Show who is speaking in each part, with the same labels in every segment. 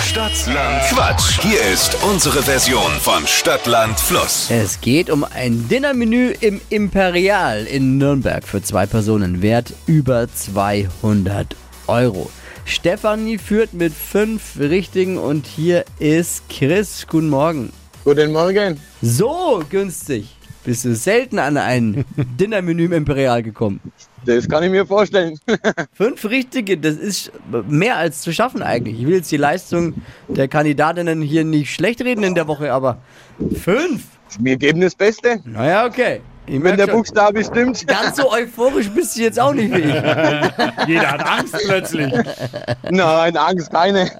Speaker 1: Stadtland Quatsch. Hier ist unsere Version von Stadtland Fluss.
Speaker 2: Es geht um ein Dinnermenü im Imperial in Nürnberg für zwei Personen wert über 200 Euro. Stefanie führt mit fünf Richtigen und hier ist Chris. Guten Morgen.
Speaker 3: Guten Morgen.
Speaker 2: So günstig. Bist du selten an ein Dinnermenü im Imperial gekommen?
Speaker 3: Das kann ich mir vorstellen.
Speaker 2: Fünf Richtige, das ist mehr als zu schaffen eigentlich. Ich will jetzt die Leistung der Kandidatinnen hier nicht schlecht reden in der Woche, aber fünf?
Speaker 3: Wir geben das Beste.
Speaker 2: Naja, okay. Ich
Speaker 3: Wenn
Speaker 2: merk
Speaker 3: der
Speaker 2: schon,
Speaker 3: Buchstabe stimmt,
Speaker 2: Ganz so euphorisch bist du jetzt auch nicht wie ich.
Speaker 4: Jeder hat Angst plötzlich.
Speaker 3: nein, Angst keine.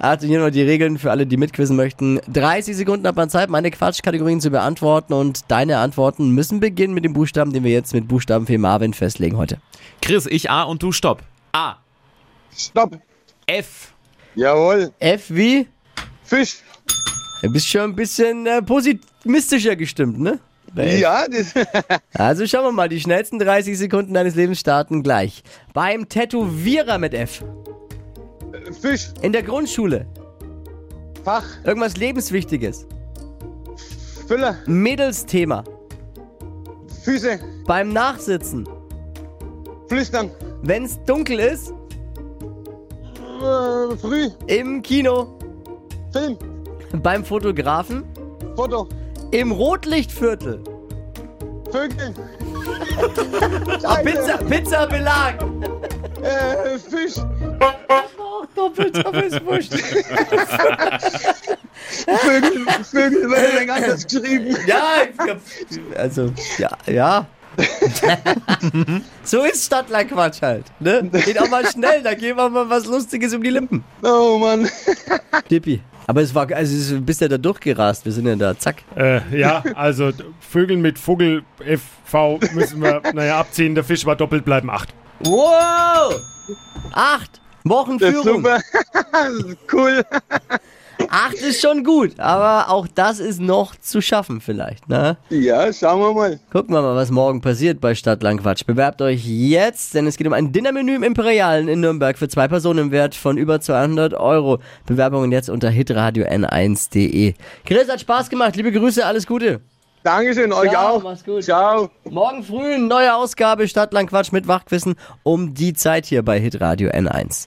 Speaker 2: Also hier noch die Regeln für alle, die mitquizzen möchten. 30 Sekunden hat man Zeit, meine Quatschkategorien zu beantworten und deine Antworten müssen beginnen mit dem Buchstaben, den wir jetzt mit Buchstaben für Marvin festlegen heute.
Speaker 4: Chris, ich A und du Stopp. A.
Speaker 3: Stopp.
Speaker 4: F.
Speaker 3: Jawohl.
Speaker 2: F wie?
Speaker 3: Fisch.
Speaker 2: Du bist schon ein bisschen äh, positivistischer gestimmt, ne? Bei F.
Speaker 3: Ja, das.
Speaker 2: Also schauen wir mal, die schnellsten 30 Sekunden deines Lebens starten gleich. Beim Tätowierer mit F.
Speaker 3: Fisch.
Speaker 2: In der Grundschule.
Speaker 3: Fach.
Speaker 2: Irgendwas Lebenswichtiges.
Speaker 3: Füller.
Speaker 2: Mädelsthema.
Speaker 3: Füße.
Speaker 2: Beim Nachsitzen.
Speaker 3: Flüstern.
Speaker 2: Wenn's dunkel ist.
Speaker 3: Äh, früh.
Speaker 2: Im Kino.
Speaker 3: Film.
Speaker 2: Beim Fotografen.
Speaker 3: Foto.
Speaker 2: Im Rotlichtviertel.
Speaker 3: Vögel.
Speaker 2: Ah, Pizza, Pizzabelag.
Speaker 3: Äh, Fisch.
Speaker 2: Auch doppelt, aber ist wurscht.
Speaker 3: Vögel. Vögel. Weil er ganz anders geschrieben.
Speaker 2: Ja, ich hab- also, ja, ja. so ist Stadtlerquatsch halt. Ne? Geht auch mal schnell, da geben wir mal was Lustiges um die Lippen.
Speaker 3: Oh Mann.
Speaker 2: Dippi. Aber es war, also es- du bist ja da durchgerast, wir sind ja da, zack.
Speaker 5: Äh, ja, also d- Vögel mit Vogel FV müssen wir, naja, abziehen. Der Fisch war doppelt, bleiben acht.
Speaker 2: Wow! Acht!
Speaker 3: Das ist
Speaker 2: Wochenführung.
Speaker 3: super. Das ist cool.
Speaker 2: Acht ist schon gut, aber auch das ist noch zu schaffen vielleicht. Ne?
Speaker 3: Ja, schauen wir mal.
Speaker 2: Gucken wir mal, was morgen passiert bei Stadtlangquatsch. Bewerbt euch jetzt, denn es geht um ein Dinnermenü im Imperialen in Nürnberg für zwei Personen im Wert von über 200 Euro. Bewerbungen jetzt unter hitradio n1.de. Chris, hat Spaß gemacht. Liebe Grüße, alles Gute.
Speaker 3: Dankeschön, euch
Speaker 2: Ciao,
Speaker 3: auch.
Speaker 2: mach's gut.
Speaker 3: Ciao.
Speaker 2: Morgen früh eine neue Ausgabe Stadtlangquatsch mit Wachquissen um die Zeit hier bei hitradio n1.